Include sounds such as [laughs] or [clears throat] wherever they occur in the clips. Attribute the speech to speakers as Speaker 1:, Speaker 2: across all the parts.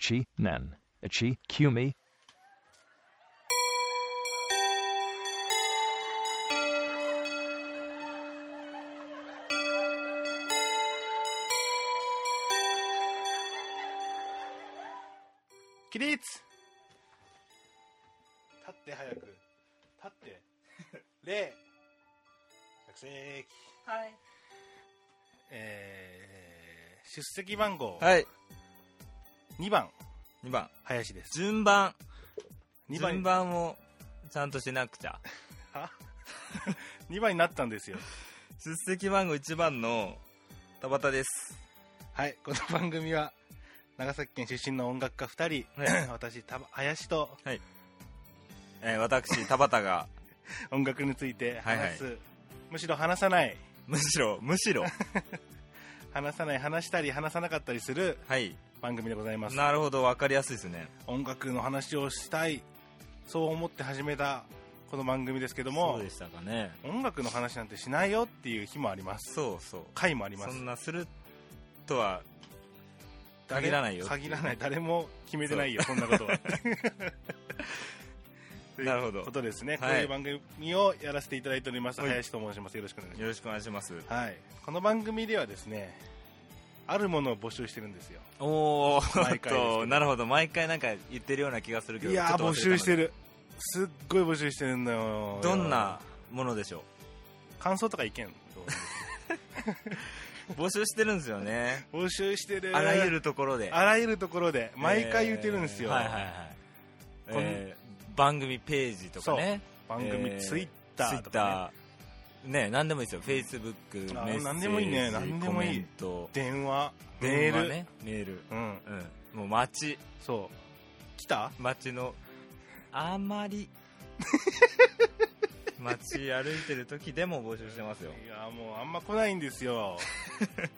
Speaker 1: ちなんちきゅみ
Speaker 2: 起立立って早く立って礼着席
Speaker 3: はい。
Speaker 2: えー、出席番号
Speaker 4: はい。
Speaker 2: 2番
Speaker 4: 2番。
Speaker 2: 林です
Speaker 4: 順番。
Speaker 2: 2番
Speaker 4: 順番をちゃんとしなくちゃ。
Speaker 2: [laughs] 2番になったんですよ
Speaker 4: 出席番号1番の田畑です。
Speaker 2: はいこの番組は長崎県出身の音楽家2人、[clears throat]
Speaker 4: は
Speaker 2: 私た林と
Speaker 4: えー私、田畑が、 [laughs]
Speaker 2: 音楽について話す、
Speaker 4: は
Speaker 2: むしろ話さない
Speaker 4: むしろ、む
Speaker 2: [laughs]
Speaker 4: しろ。
Speaker 2: 話さない話したり話さなかったりする
Speaker 4: はい。
Speaker 2: 番組でございます
Speaker 4: なるほど、わかりやすいですね。
Speaker 2: 音楽の話をしたいそう思って始めたこの番組ですけど
Speaker 4: そ
Speaker 2: も
Speaker 4: うでしたかね。
Speaker 2: 音楽の話なんてしないよっていう日もあります
Speaker 4: そうそう。
Speaker 2: 回もありま
Speaker 4: そ
Speaker 2: す
Speaker 4: んなするとは、限らないよ
Speaker 2: 誰限ら
Speaker 4: [laughs]
Speaker 2: ない誰も決めてないよこんなことは
Speaker 4: なる
Speaker 2: とい
Speaker 4: ほ
Speaker 2: う
Speaker 4: ど
Speaker 2: こ。とですね、
Speaker 4: はい
Speaker 2: こういう番組をやらせていただいております
Speaker 4: はい
Speaker 2: 林と申しますよろしくお願いしま
Speaker 4: よろしくお願いします。
Speaker 2: すはいこの番組ではですねあるものを募集してるんですよ
Speaker 4: お
Speaker 2: 毎回
Speaker 4: ー、
Speaker 2: ですけど
Speaker 4: と、なるほど。毎回なんか言ってるような気がするけど。
Speaker 2: いやー募集して
Speaker 4: る。
Speaker 2: るすっごい募集してるんだよ
Speaker 4: どんなものでしょ
Speaker 2: 感想とか意見どう
Speaker 4: [laughs] う。募集してるんですよね。
Speaker 2: 募集してる
Speaker 4: あらゆるところで。
Speaker 2: あらゆるところで毎回言ってるんですよ、
Speaker 4: えーはいはいはい。
Speaker 2: こん
Speaker 4: えー番組ページとかね。
Speaker 2: 番
Speaker 4: え
Speaker 2: 組
Speaker 4: ー
Speaker 2: ツイッターとか、
Speaker 4: Twitter ね、何でもいいですよ。Facebook、メッセ
Speaker 2: あー
Speaker 4: ージ、
Speaker 2: 何でもいいね何でもいい
Speaker 4: コメント、
Speaker 2: ね、電話メー
Speaker 4: 電
Speaker 2: ル
Speaker 4: 話ね、メール。
Speaker 2: うん
Speaker 4: うん。もう街、
Speaker 2: そう来た
Speaker 4: 街の、あま
Speaker 2: [laughs]
Speaker 4: り、街歩いてる時でも募集してますよ。
Speaker 2: いやもうあんま来ないんですよ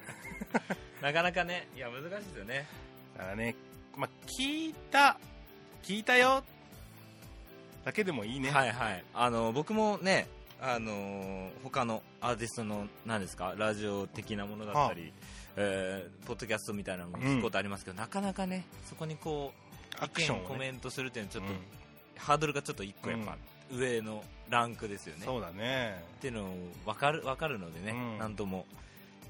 Speaker 2: [laughs]
Speaker 4: なかなかね、いや、難しいですよね。
Speaker 2: だからね、まあ、聞いた聞いたよだけでもいいね、
Speaker 4: はいはい。あの、僕もね、あのー他のアーティストの、何ですか、ラジオ的なものだったり、えーポッドキャストみたいなのも聞くことありますけど、なかなかね、そこにこう、
Speaker 2: ア
Speaker 4: 意
Speaker 2: クショ
Speaker 4: 見、
Speaker 2: ンを、ね、
Speaker 4: コメントするっていうのはちょっと、
Speaker 2: うん
Speaker 4: ハードルがちょっと一個やっぱ、上のランクですよね。
Speaker 2: そうだね
Speaker 4: っていうのを分かる分かるのでね、
Speaker 2: うん
Speaker 4: なんとも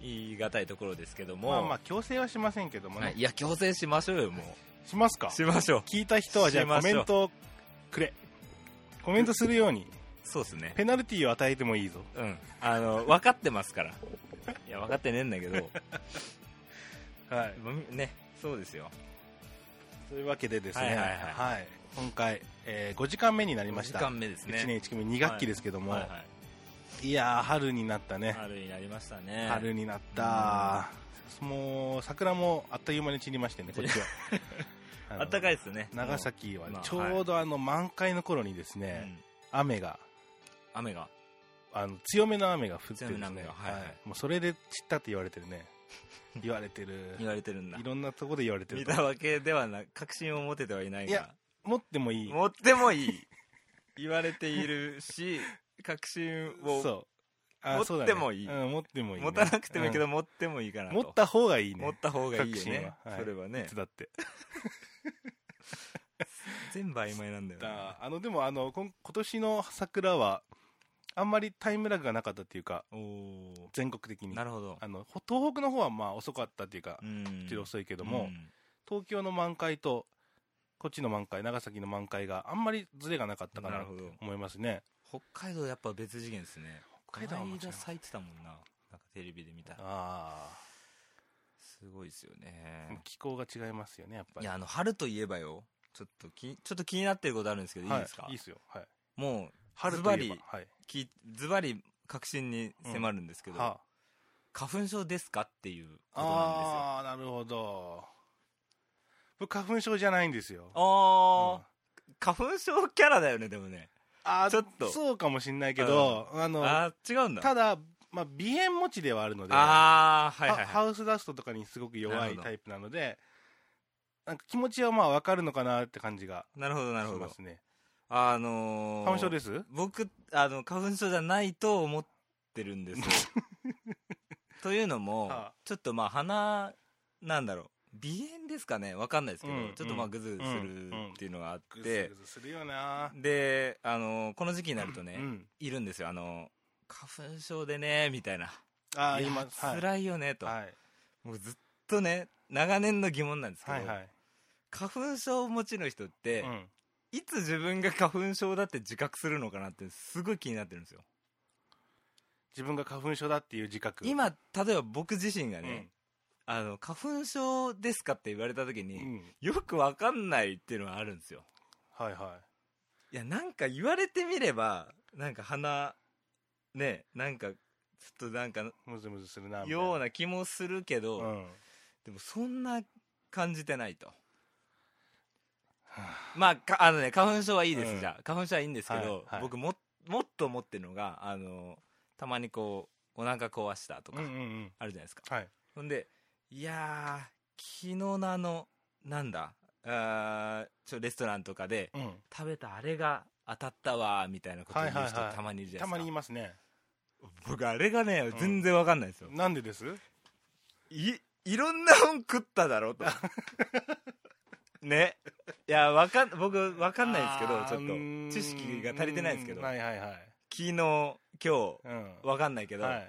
Speaker 4: 言い難いところですけども、
Speaker 2: まあまあ強制はしませんけどもね、
Speaker 4: はいいや、強制しましょうよ、も
Speaker 2: しますか
Speaker 4: う。しましょう。
Speaker 2: 聞いた人はじゃあ
Speaker 4: しま
Speaker 2: コ
Speaker 4: しょ
Speaker 2: メ
Speaker 4: う
Speaker 2: ントをくれコメントするように
Speaker 4: そうですね。
Speaker 2: ペナルティーを与えてもいいぞ
Speaker 4: うん。あの、分かってますから。いや、分かってねえんだけ [laughs] ど、
Speaker 2: はい
Speaker 4: ね、そうですよ。
Speaker 2: というわけでですね、
Speaker 4: は
Speaker 2: はいい
Speaker 4: はいは
Speaker 2: 今回、えー5時間目になりまし
Speaker 4: 時
Speaker 2: た
Speaker 4: 間目ですね。
Speaker 2: 1年1組2学期ですけども、
Speaker 4: はい
Speaker 2: い
Speaker 4: は
Speaker 2: やー春になった
Speaker 4: い、
Speaker 2: ね、
Speaker 4: [laughs] 春になりましたね。
Speaker 2: 春になった、もう桜もあっという間に散りましてねこっ
Speaker 4: [laughs]
Speaker 2: ちはあの
Speaker 4: あったかいですね。
Speaker 2: 長崎は
Speaker 4: まあ
Speaker 2: ちょうどあの満開の頃にです
Speaker 4: もう。う
Speaker 2: ね、
Speaker 4: ん
Speaker 2: 雨が
Speaker 4: 雨が。
Speaker 2: あの強めの雨が降ってる
Speaker 4: 強め
Speaker 2: ん
Speaker 4: の
Speaker 2: です
Speaker 4: 雨
Speaker 2: ね
Speaker 4: がはいはい
Speaker 2: もうそれで散ったって言われてるね言われてる
Speaker 4: [laughs] 言われてるんだ
Speaker 2: い。ろんなとこで言われて
Speaker 4: 見
Speaker 2: る
Speaker 4: たわけではな、確信を持ててはいない
Speaker 2: いや
Speaker 4: が。
Speaker 2: 持ってもいい
Speaker 4: 持ってもいい。言われているし、 [laughs] 確信を
Speaker 2: そうあ
Speaker 4: 持
Speaker 2: そうだ
Speaker 4: っ
Speaker 2: ね
Speaker 4: てもいい
Speaker 2: うん持ってもいいね、
Speaker 4: 持たなくてもいいけど、
Speaker 2: うん
Speaker 4: 持ってもいいかなと。
Speaker 2: 持った方がいいね
Speaker 4: 持った方がいいよ
Speaker 2: 確信
Speaker 4: ね
Speaker 2: は。はい
Speaker 4: それはいね
Speaker 2: つ。だって
Speaker 4: 全部曖昧なんだよね。
Speaker 2: だあのでもあの今今年の桜はあんまりタイムラグがなかったっていうか
Speaker 4: おー
Speaker 2: 全国的に
Speaker 4: なるほど。
Speaker 2: あのほ東北の方はまあ遅かったっていうか、
Speaker 4: うん
Speaker 2: うちょっと遅いけ
Speaker 4: け
Speaker 2: ども、東京の満開とこっちの満開長崎の満開があんまりずれがなかったか
Speaker 4: な
Speaker 2: な
Speaker 4: る
Speaker 2: と
Speaker 4: ほど
Speaker 2: 思いますね
Speaker 4: 北海道やっぱ別次元ですね。
Speaker 2: 北海道は
Speaker 4: この
Speaker 2: もちろ
Speaker 4: 間
Speaker 2: ん
Speaker 4: 咲いてたもんな。なんかテレビで見たら。
Speaker 2: あ
Speaker 4: すごいですよ
Speaker 2: あ
Speaker 4: ね。
Speaker 2: 気候が違いますよねやっぱ
Speaker 4: い
Speaker 2: り
Speaker 4: や、あの、春といえばよ。ちょっとき、ちょっと気になってることあるんですけど、いいですか
Speaker 2: はい、いいですよ、はい、
Speaker 4: もう、
Speaker 2: 春
Speaker 4: ズ
Speaker 2: と
Speaker 4: バ
Speaker 2: いえば
Speaker 4: リ、
Speaker 2: はい
Speaker 4: き、ズバリ、確信に迫るんですけど、
Speaker 2: は
Speaker 4: 花粉症ですかっていうことなんですよ。
Speaker 2: ああーなるほど僕花粉症じゃないんですよ
Speaker 4: あ
Speaker 2: うん
Speaker 4: ー、花粉症キャラだよね、でもね。
Speaker 2: あー
Speaker 4: ちょっと
Speaker 2: そうかもしんないけど、あの
Speaker 4: あー、違うんだ。
Speaker 2: ただ、まあ、鼻炎持ちではあるので、
Speaker 4: あー、はい
Speaker 2: ハ
Speaker 4: はいはい。
Speaker 2: ハウスダストとかにすごく弱
Speaker 4: なるほ
Speaker 2: い
Speaker 4: ど
Speaker 2: タイプなのでなんか気持ちはまあ分かるのかなって感じが
Speaker 4: なるほど、
Speaker 2: し
Speaker 4: なるほ
Speaker 2: ま
Speaker 4: ど
Speaker 2: す。ね
Speaker 4: あのー、
Speaker 2: 花粉症です
Speaker 4: 僕、あの、花粉症じゃないと思って
Speaker 2: [laughs]
Speaker 4: るんですよ。というのも
Speaker 2: はあ、
Speaker 4: ちょっとまあ、鼻、なんだろう、鼻炎ですかねわかんないですけど、
Speaker 2: うん
Speaker 4: ちょっとまあグズグズするっていうのがあっ
Speaker 2: ぐず
Speaker 4: て
Speaker 2: ぐ、ずするよな
Speaker 4: で、あの、この時期になるとね、
Speaker 2: うん、
Speaker 4: いるんですよ、あの、花粉症でね、みたいな。
Speaker 2: ああ
Speaker 4: いや
Speaker 2: 今はい
Speaker 4: 辛いよね、と。
Speaker 2: はい
Speaker 4: もうずっとね、長年の疑問なんですけど、
Speaker 2: はいはい、
Speaker 4: 花粉症持ちの人って、
Speaker 2: うん、
Speaker 4: いつ自分が花粉症だって自覚するのかなって、すごい気になってるんですよ。
Speaker 2: 自分が花粉症だっていう自覚
Speaker 4: 今、例えば僕自身が
Speaker 2: う
Speaker 4: ね
Speaker 2: ん、
Speaker 4: あの、花粉症ですかって言われた時
Speaker 2: う
Speaker 4: に、
Speaker 2: ん、
Speaker 4: よくわかんないっていうのはあるんですよ。
Speaker 2: はいはい
Speaker 4: や、なんか言われてみれば、なんか鼻、ね、なんか、ちょっとなんか、
Speaker 2: いむずむずするなみたい
Speaker 4: ような気もするけど、
Speaker 2: うん、
Speaker 4: でもそんな感じてないと。まあ、かあのね、花粉症はいいです、
Speaker 2: うん
Speaker 4: じゃあ。花粉症はいいんですけど、
Speaker 2: はいはい
Speaker 4: 僕も、もっと思ってるのが、あの、たまにこう、お腹壊したと
Speaker 2: う
Speaker 4: か、
Speaker 2: んうんうん
Speaker 4: あるじゃないですか。
Speaker 2: はい
Speaker 4: ほんで、いやー、昨日のあの、なんだ、あーちょレストランとかで、
Speaker 2: うん
Speaker 4: 食べたあれが当たったわーみたいなこと言う人
Speaker 2: はいはいはい
Speaker 4: たまにいるじゃ
Speaker 2: た
Speaker 4: な
Speaker 2: ま
Speaker 4: い
Speaker 2: に
Speaker 4: で
Speaker 2: い
Speaker 4: すか
Speaker 2: ますね
Speaker 4: 僕あれがね
Speaker 2: うん
Speaker 4: 全然わかんないですよ、
Speaker 2: なんでです
Speaker 4: いいろんなもん食っただ
Speaker 2: [laughs]
Speaker 4: ろうとねいやわかん僕わかんないですけど
Speaker 2: あー
Speaker 4: ちょっ
Speaker 2: う
Speaker 4: と
Speaker 2: ーん
Speaker 4: 知識が足りてないですけど
Speaker 2: は
Speaker 4: 昨
Speaker 2: いはいはい
Speaker 4: 日今日
Speaker 2: うん
Speaker 4: わかんないけど、
Speaker 2: はい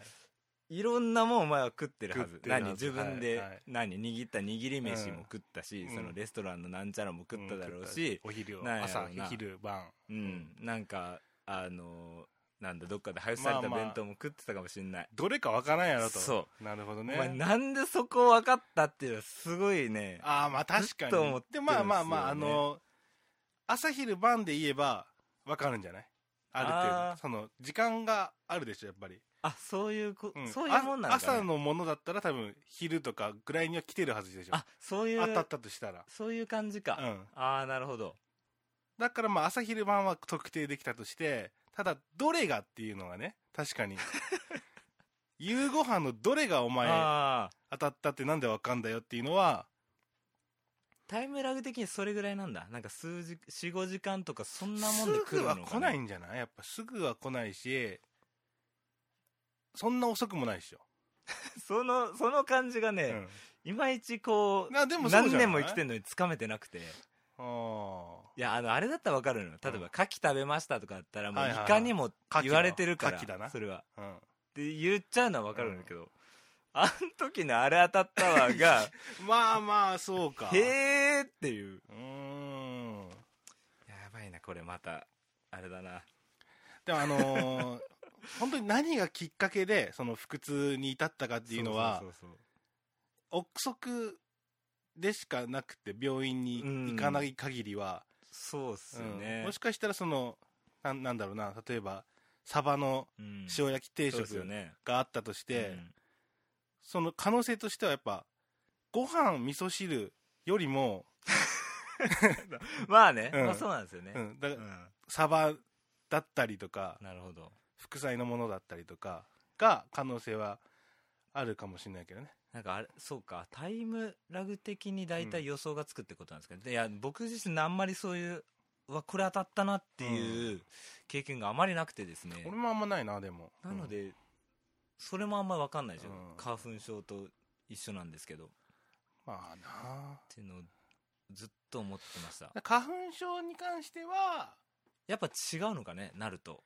Speaker 2: い、
Speaker 4: ろんなもんお前は食ってるは
Speaker 2: 食っ
Speaker 4: ず
Speaker 2: てるはず
Speaker 4: 何自分で、
Speaker 2: はいはい
Speaker 4: 何握った握り飯も食ったし、
Speaker 2: うん
Speaker 4: そのレストランのなんちゃらも食っただろうし、
Speaker 2: うん食ったお昼を
Speaker 4: なんやろう
Speaker 2: 朝
Speaker 4: な
Speaker 2: 昼晩
Speaker 4: うん、なんか、あのーなんだ、どっかで配布された
Speaker 2: まあまあ
Speaker 4: 弁当も食ってたかもしんない。
Speaker 2: どれかわからんやろと
Speaker 4: そう
Speaker 2: なるほどね
Speaker 4: お前、なんでそこ分かったっていうのは、すごいね、
Speaker 2: ああまあ確か
Speaker 4: ずっと思っ
Speaker 2: に
Speaker 4: て
Speaker 2: で
Speaker 4: るん
Speaker 2: まあまあまああ
Speaker 4: ですよね
Speaker 2: の朝昼晩で言えばわかるんじゃないある程
Speaker 4: あ
Speaker 2: 度
Speaker 4: ー
Speaker 2: その時間があるでしょやっぱり、
Speaker 4: あ、そういうこ、
Speaker 2: うん
Speaker 4: そういうもんなんだ、ね
Speaker 2: あ、朝のものだったら多分昼とかぐらいには来てるはずでしょ
Speaker 4: あ、そうい
Speaker 2: 当たっ
Speaker 4: う、
Speaker 2: たとしたら
Speaker 4: そういう感じか。
Speaker 2: うん
Speaker 4: ああ、なるほど。
Speaker 2: だからまあ朝昼晩は特定できたとしてただどれがっていうのがね確か
Speaker 4: [laughs]
Speaker 2: に夕ご飯のどれがお前
Speaker 4: ああ、
Speaker 2: 当たったってなんでわかんだよっていうのは
Speaker 4: タイムラグ的にそれぐらいなんだ。なんか数時、四五時間とか、そんなもんで来るのか、
Speaker 2: す
Speaker 4: ね、
Speaker 2: ぐは来ないんじゃないやっぱすぐは来ないしそんな遅くもないでしょ、
Speaker 4: その、その感じが
Speaker 2: う
Speaker 4: ね、
Speaker 2: ん、
Speaker 4: いまいちこう、
Speaker 2: なでもそう
Speaker 4: 何
Speaker 2: じゃない
Speaker 4: 年も生きてんのにつかめてなくて。
Speaker 2: あ
Speaker 4: いや、あの、あれだったらわかるのよ。例え
Speaker 2: うん
Speaker 4: ば、牡蠣食べましたとかだったら、もう、
Speaker 2: はい
Speaker 4: い
Speaker 2: はいはい
Speaker 4: かにも
Speaker 2: 牡蠣だ
Speaker 4: 言われてるから、
Speaker 2: 牡蠣だな
Speaker 4: それは。
Speaker 2: あ、うん
Speaker 4: って言っちゃうのはわかるんだけど、あん時のあれ当たったわが、
Speaker 2: まあま [laughs] あそうか
Speaker 4: へーっていう。
Speaker 2: うーん
Speaker 4: やばいな、これまた、あれだな。
Speaker 2: でもあ
Speaker 4: [laughs]
Speaker 2: のー本当に何がきっかけでその腹痛に至ったかっていうのは
Speaker 4: そうそうそう
Speaker 2: 憶測でしかなくて病院に行かない限りは、
Speaker 4: そうっすよ
Speaker 2: うん
Speaker 4: ね。
Speaker 2: もしかしたらそのなんなんだろうな例えばサバの
Speaker 4: うん
Speaker 2: 塩焼き定
Speaker 4: そうっすよ
Speaker 2: 食
Speaker 4: ね。
Speaker 2: があったとして、
Speaker 4: うん
Speaker 2: その可能性としてはやっぱ、ご飯、味噌汁よりも、
Speaker 4: まあね、
Speaker 2: うん
Speaker 4: まあそうなんですよね。
Speaker 2: う
Speaker 4: うん
Speaker 2: ん、だから
Speaker 4: うん
Speaker 2: サバだったりとか、
Speaker 4: なるほど。
Speaker 2: 副菜のものだったりとかが可能性はあるかもしれないけどね。
Speaker 4: なんかあれ、そうか、タイムラグ的に大体予想がつくってことなんですけど、でいや、僕自身あんまりそういう、うわ、これ当たったなっていう経験があまりなくてですね。
Speaker 2: 俺もあんまないな、でも。
Speaker 4: なので、それもあんまりわかんないじゃん,、
Speaker 2: うん
Speaker 4: 花粉症と一緒なんですけど。
Speaker 2: う
Speaker 4: っ
Speaker 2: んまあな
Speaker 4: ていうのをずっと思ってました。
Speaker 2: あ花粉症に関しては、
Speaker 4: やっぱ違うのかね、なると。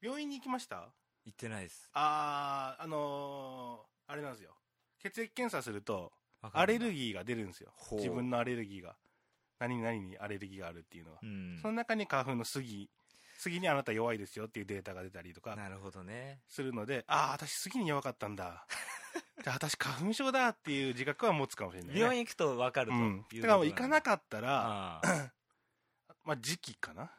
Speaker 2: 病院に行きました
Speaker 4: 言ってないです。
Speaker 2: あー、あのーあれなんですよ。血液検査すると、
Speaker 4: わか
Speaker 2: ア
Speaker 4: んない
Speaker 2: レルギーが出るんですよ。
Speaker 4: ほう
Speaker 2: 自分のアレルギーが。何々にアレルギーがあるっていうのは。
Speaker 4: うん
Speaker 2: そ。の中に花粉の杉、杉にあなた弱いですよっていうデータが出たりとか
Speaker 4: なるほどね。
Speaker 2: するので、ああ、私杉に弱かったん
Speaker 4: [laughs]
Speaker 2: だ。じゃあ私花粉症だっていう自覚は持つかもしれない、ね。
Speaker 4: 病院行くとわかるという
Speaker 2: うん。
Speaker 4: こと
Speaker 2: だからもう行かな
Speaker 4: く
Speaker 2: かったら、
Speaker 4: ああ
Speaker 2: まあ時期かな。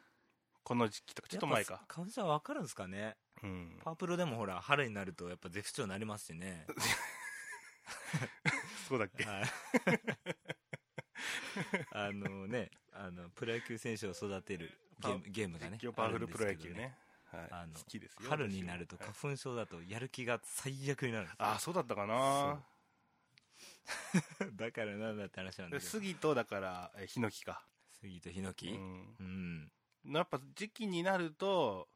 Speaker 2: この時期 [coughs] とか、ちょっと前
Speaker 4: や
Speaker 2: か
Speaker 4: ぱ。花粉症はわかるんですかね。
Speaker 2: うん。
Speaker 4: パープロでもほら、春になるとやっぱ絶不調になります
Speaker 2: [laughs]
Speaker 4: しね。
Speaker 2: そうだっけ。
Speaker 4: はい。 [laughs] あのね、あの、プロ野球選手を育てるゲームゲームがね。
Speaker 2: 実況パワフル
Speaker 4: あ
Speaker 2: プ
Speaker 4: るん
Speaker 2: ロ
Speaker 4: です
Speaker 2: 野
Speaker 4: け
Speaker 2: 球
Speaker 4: ど
Speaker 2: ね。はい、
Speaker 4: あの
Speaker 2: 好きですよ。
Speaker 4: 春になると
Speaker 2: 私
Speaker 4: 花
Speaker 2: も
Speaker 4: 粉症だとやる気が最悪になるんですよ
Speaker 2: はいああ、そうだったかな。
Speaker 4: [laughs] だからなんだって話なん
Speaker 2: で
Speaker 4: です
Speaker 2: 杉と、だから、えヒノキか。
Speaker 4: 杉とヒノ
Speaker 2: う
Speaker 4: キ
Speaker 2: ん。
Speaker 4: うん
Speaker 2: やっぱ時期になると、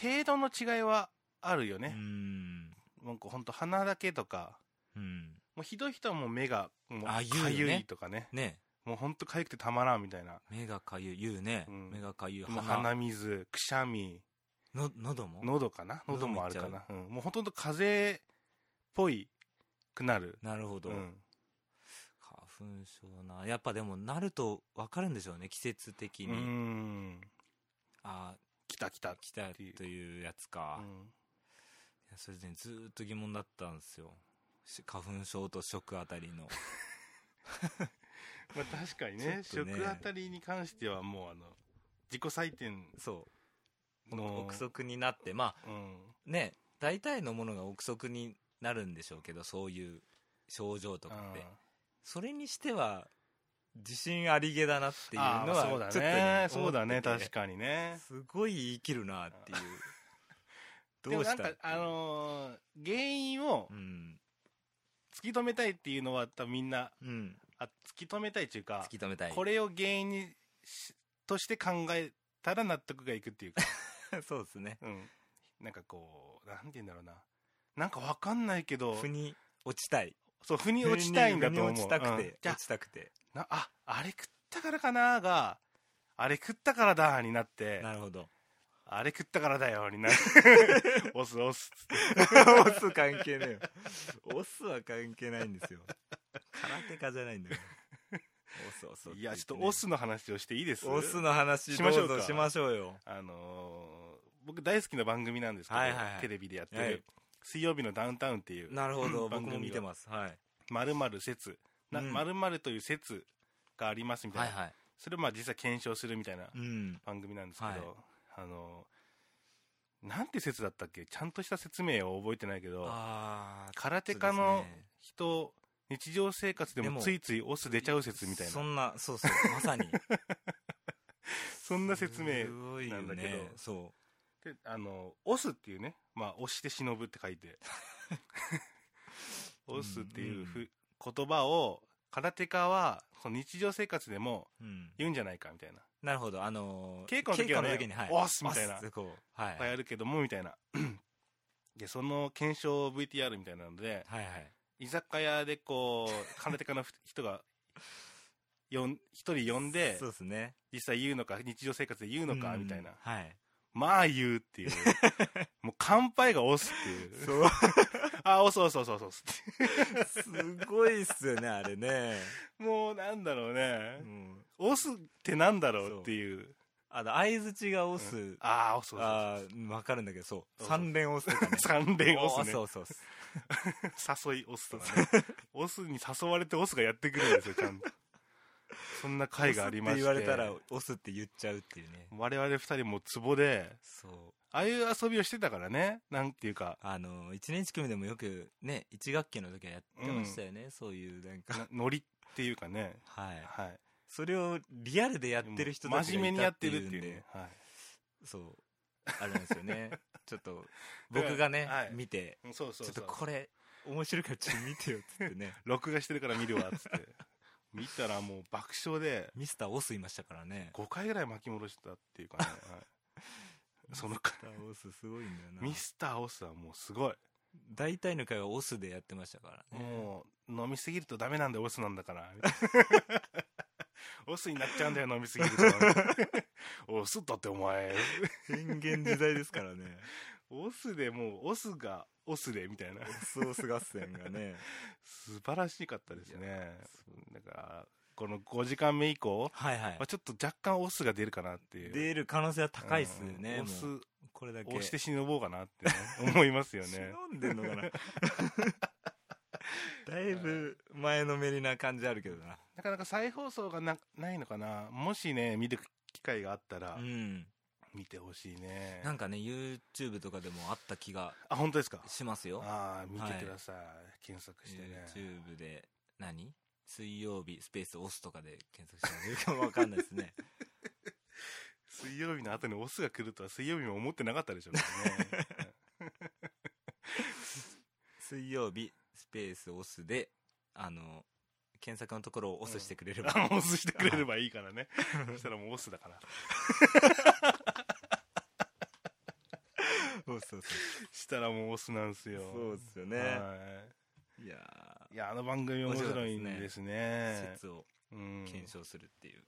Speaker 2: 程度の違いはあるよね。
Speaker 4: うん
Speaker 2: なんかほんと鼻だけとか、
Speaker 4: うん
Speaker 2: もうひどい人はもう目がもう
Speaker 4: あ
Speaker 2: か
Speaker 4: 言うよね
Speaker 2: ゆいとかね
Speaker 4: ね
Speaker 2: もうほんとかゆくてたまらんみたいな
Speaker 4: 目がかゆい言うね、
Speaker 2: うん
Speaker 4: 目がかゆい
Speaker 2: もう
Speaker 4: 鼻
Speaker 2: 鼻水くしゃみ
Speaker 4: の喉も
Speaker 2: 喉かな喉もあるか
Speaker 4: 喉もい
Speaker 2: なうんもうほとんど風邪っぽいくなる
Speaker 4: なるほど、
Speaker 2: うん
Speaker 4: 花粉症なやっぱでもなると分かるんでしょうね季節的
Speaker 2: う
Speaker 4: に、
Speaker 2: ん
Speaker 4: ああ
Speaker 2: 来た来た
Speaker 4: 来たというやつか、
Speaker 2: う
Speaker 4: い
Speaker 2: ん
Speaker 4: やそれでねずーっと疑問だったんですよし花粉症と食あたりの
Speaker 2: まあ確かにね
Speaker 4: ちょっとね
Speaker 2: 食あたりに関してはもうあの自己採点
Speaker 4: [laughs] そ
Speaker 2: の
Speaker 4: う憶測になってまあ
Speaker 2: うん
Speaker 4: ね大体のものが憶測になるんでしょうけどそういう症状とかって、
Speaker 2: うん
Speaker 4: それにしては自信ありげだなっていうの
Speaker 2: あー
Speaker 4: は
Speaker 2: そうだ
Speaker 4: ちょっと
Speaker 2: ねそうだ
Speaker 4: 思
Speaker 2: ね
Speaker 4: ってて
Speaker 2: 確かにね
Speaker 4: すごい言い切るなって [laughs] いう
Speaker 2: で
Speaker 4: ど
Speaker 2: も
Speaker 4: う
Speaker 2: な
Speaker 4: し
Speaker 2: ん
Speaker 4: た
Speaker 2: かあのー原因を
Speaker 4: うん、
Speaker 2: 突き止めたいっていうのは多分みんな
Speaker 4: うん、
Speaker 2: あ突き止めたいっていうか
Speaker 4: 突き止めたい
Speaker 2: これを原因にしとして考えたら納得がいくって
Speaker 4: [laughs]
Speaker 2: いうか、
Speaker 4: [laughs] そうですね
Speaker 2: うん、なんかこうなんて言うんだろうななんかわかんないけど
Speaker 4: 腑に落ちたい
Speaker 2: そう腑に落ちたいんだと思う
Speaker 4: 腑に落ちたく
Speaker 2: うん
Speaker 4: て、
Speaker 2: じゃ
Speaker 4: 落ちたくて
Speaker 2: あなああれ食ったからかながあれ食ったからだになって
Speaker 4: なるほど
Speaker 2: あれ食ったからだよになる押す押すっつって
Speaker 4: [laughs] オス関係ねえよオスは関係ないんですよ空手家じゃないんだよ [laughs] オスオス
Speaker 2: いやちょっとオスの話をしていいです
Speaker 4: オスの話どうぞし
Speaker 2: し
Speaker 4: ま
Speaker 2: ま
Speaker 4: しょうよ
Speaker 2: あのー僕大好きな番組なんですけど、
Speaker 4: はいはいはい
Speaker 2: テレビでやって
Speaker 4: は
Speaker 2: る
Speaker 4: い
Speaker 2: 「水曜日のダウンタウン」っていう
Speaker 4: なるほど
Speaker 2: 番
Speaker 4: 僕
Speaker 2: 組
Speaker 4: も見て
Speaker 2: は
Speaker 4: ますはい
Speaker 2: まるまる説な
Speaker 4: うん
Speaker 2: まるまるという説がありますみたいな、
Speaker 4: はい
Speaker 2: それをまあ実は検証するみたいな
Speaker 4: うん
Speaker 2: 番組なんですけど、
Speaker 4: はい
Speaker 2: あのなんて説だったっけちゃんとした説明を覚えてないけど
Speaker 4: ああ
Speaker 2: 空手家の人、日常生活で
Speaker 4: で
Speaker 2: も
Speaker 4: も
Speaker 2: ついついオス出ちゃう説みたいな
Speaker 4: そんなそう [laughs] そうまさに
Speaker 2: そんな説明
Speaker 4: すごいよ
Speaker 2: なんだけ
Speaker 4: ね
Speaker 2: ど
Speaker 4: そ
Speaker 2: であのオスっていうね、まあ、押して忍ぶって書い
Speaker 4: [laughs]
Speaker 2: てオスっていうふ、言葉を空手家はその日常生活でも
Speaker 4: ううん
Speaker 2: 言うんじゃないかみたいな
Speaker 4: なるほどあの
Speaker 2: 稽
Speaker 4: ー
Speaker 2: 古の時はね
Speaker 4: にはい
Speaker 2: 押すみたいな
Speaker 4: 押すこうはい
Speaker 2: 流
Speaker 4: はい
Speaker 2: 行るけどもみたいな [clears throat] でその検証 VTR みたいなので
Speaker 4: はい
Speaker 2: 居酒屋でこ
Speaker 4: [laughs]
Speaker 2: う空手家のふ人がよん一人呼んで
Speaker 4: そうですね
Speaker 2: 実際言うのか日常生活で言うのか
Speaker 4: うん
Speaker 2: みたいな
Speaker 4: はい
Speaker 2: まあ言うって
Speaker 4: [laughs]
Speaker 2: いうもう乾杯が押すっていう
Speaker 4: そう
Speaker 2: あ押す押す押す押す押すっ
Speaker 4: すごいっすよねあれね、
Speaker 2: てもうなんだろう
Speaker 4: う
Speaker 2: ね、
Speaker 4: ん、
Speaker 2: 押すってなんだろうっていう
Speaker 4: あの相づちが押す、
Speaker 2: うんああ押す押
Speaker 4: あーわかるんだけどそう
Speaker 2: そう
Speaker 4: 三連押すとかね
Speaker 2: す三連押すね
Speaker 4: そうそうそう
Speaker 2: 誘いオスとかねオスに誘われてオスがやってくるんですよちゃ
Speaker 4: [laughs]
Speaker 2: んとそんな回がありまして
Speaker 4: 押すって言われたら押すって言っちゃうっていうね
Speaker 2: 我々二人もツボで
Speaker 4: そう
Speaker 2: ああいう遊びをしてたからねなんていうか
Speaker 4: あの一年一組でもよくね一学期の時はやってましたよね、そういうなんか
Speaker 2: なノリっていうかね
Speaker 4: はい
Speaker 2: はい
Speaker 4: それをリアルでやってる人たち
Speaker 2: 真
Speaker 4: が
Speaker 2: 面目
Speaker 4: い
Speaker 2: にや
Speaker 4: たっ
Speaker 2: って
Speaker 4: てい
Speaker 2: る
Speaker 4: う
Speaker 2: っ
Speaker 4: ん
Speaker 2: て
Speaker 4: で
Speaker 2: いうね、はい
Speaker 4: そうあれなんですよねちょっと僕がね、
Speaker 2: はい
Speaker 4: 見て
Speaker 2: うんそうそう
Speaker 4: ち
Speaker 2: そ
Speaker 4: ょ
Speaker 2: う
Speaker 4: っとこれ面白いからちょっと見てよっつって [laughs] ね
Speaker 2: 録画してるから見るわっつって [laughs] 見たらもう爆笑で
Speaker 4: ミスターオスいましたからね
Speaker 2: 5回ぐらい巻き戻してたっていうかね、はい、その回
Speaker 4: ミスターオスすごいんだよな
Speaker 2: ミスターオスはもうすごい
Speaker 4: 大体の会はオスでやってましたからね
Speaker 2: もう飲みすぎるとダメなんだよオスなんだから [laughs] オスになっちゃうんだよ飲みすぎると [laughs] オスだってお前
Speaker 4: 変幻自在ですからね
Speaker 2: オスでもうオスがオスでみたいな
Speaker 4: オスオス合戦がね
Speaker 2: 素晴らしかったですね
Speaker 4: そ
Speaker 2: だからこの5時間目以降、
Speaker 4: はいはい
Speaker 2: まあ、ちょっと若干オスが出るかなっていう
Speaker 4: 出る可能性は高いっすよね、
Speaker 2: うんオ
Speaker 4: もう
Speaker 2: ス
Speaker 4: これだけ
Speaker 2: 押して忍ぼうかなってね、思いますよね
Speaker 4: 忍んでんのかな [laughs] だいぶ前のめりな感じあるけどな
Speaker 2: [laughs] なかなか再放送がなないのかなもしね見る機会があったら
Speaker 4: うん
Speaker 2: 見てほしいね、
Speaker 4: なんかね YouTube とかでもあった気が
Speaker 2: あ本当ですか
Speaker 4: しますよ
Speaker 2: ああ見
Speaker 4: はい
Speaker 2: てください、検索してね
Speaker 4: YouTube で何水曜日スペース押すとかで検索してもいいかもわかんないです [laughs] ね
Speaker 2: 水曜日の後にオスが来るとは水曜日も思ってなかったでしょう [laughs] からね
Speaker 4: 水曜日スペース押すであの検索のところを押すしてくれれば、
Speaker 2: あオスしてくれ
Speaker 4: [laughs]
Speaker 2: ればいいから [laughs] ねそしたらもうオスだから
Speaker 4: そうそうそう
Speaker 2: したらもうオスなんすよ
Speaker 4: そうですよね
Speaker 2: はい
Speaker 4: や
Speaker 2: いや、あの番組面白いん
Speaker 4: 面白い
Speaker 2: で
Speaker 4: ですね
Speaker 2: ね。
Speaker 4: 説を
Speaker 2: うん。
Speaker 4: 検証するっていう、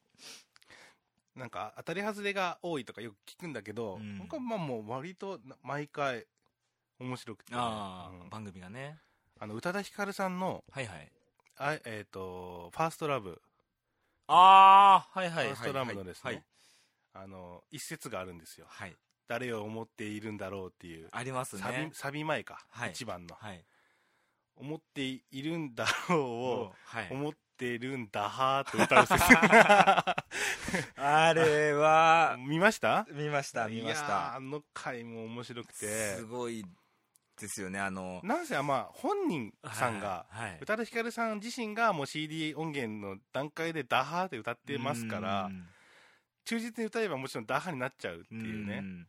Speaker 2: なんか、当たり外れが多いとかよく聞くんだけど、
Speaker 4: うん
Speaker 2: 僕はまあもう割とな毎回面白くてね、
Speaker 4: ああ、
Speaker 2: うん
Speaker 4: 番組がね
Speaker 2: あの、宇多田ヒカルさんの、
Speaker 4: はいはい
Speaker 2: あえっ、と、ファーストラブ、
Speaker 4: ああはいはいはい
Speaker 2: ファーストラブのですね、
Speaker 4: はい、
Speaker 2: あの、一節があるんですよ。
Speaker 4: はい、
Speaker 2: 誰を思っているんだろうっていう。
Speaker 4: あります
Speaker 2: サビ
Speaker 4: ね、
Speaker 2: サビ前か。
Speaker 4: はい
Speaker 2: 一番の。
Speaker 4: はい
Speaker 2: 思っているんだろうを、
Speaker 4: はい、
Speaker 2: 思ってるんだはーって歌う先
Speaker 4: [laughs] あれ [laughs] は
Speaker 2: 見ました
Speaker 4: 見ました見ま
Speaker 2: い
Speaker 4: し
Speaker 2: やー
Speaker 4: た
Speaker 2: あの回も面白くて
Speaker 4: すごいですよねあの
Speaker 2: なんせまあ本人さんが
Speaker 4: はいはい
Speaker 2: 宇多田ヒカルさん自身がもう CD 音源の段階でダハーって歌ってますから
Speaker 4: うん
Speaker 2: 忠実に歌えばもちろんダハになっちゃうっていうね
Speaker 4: ん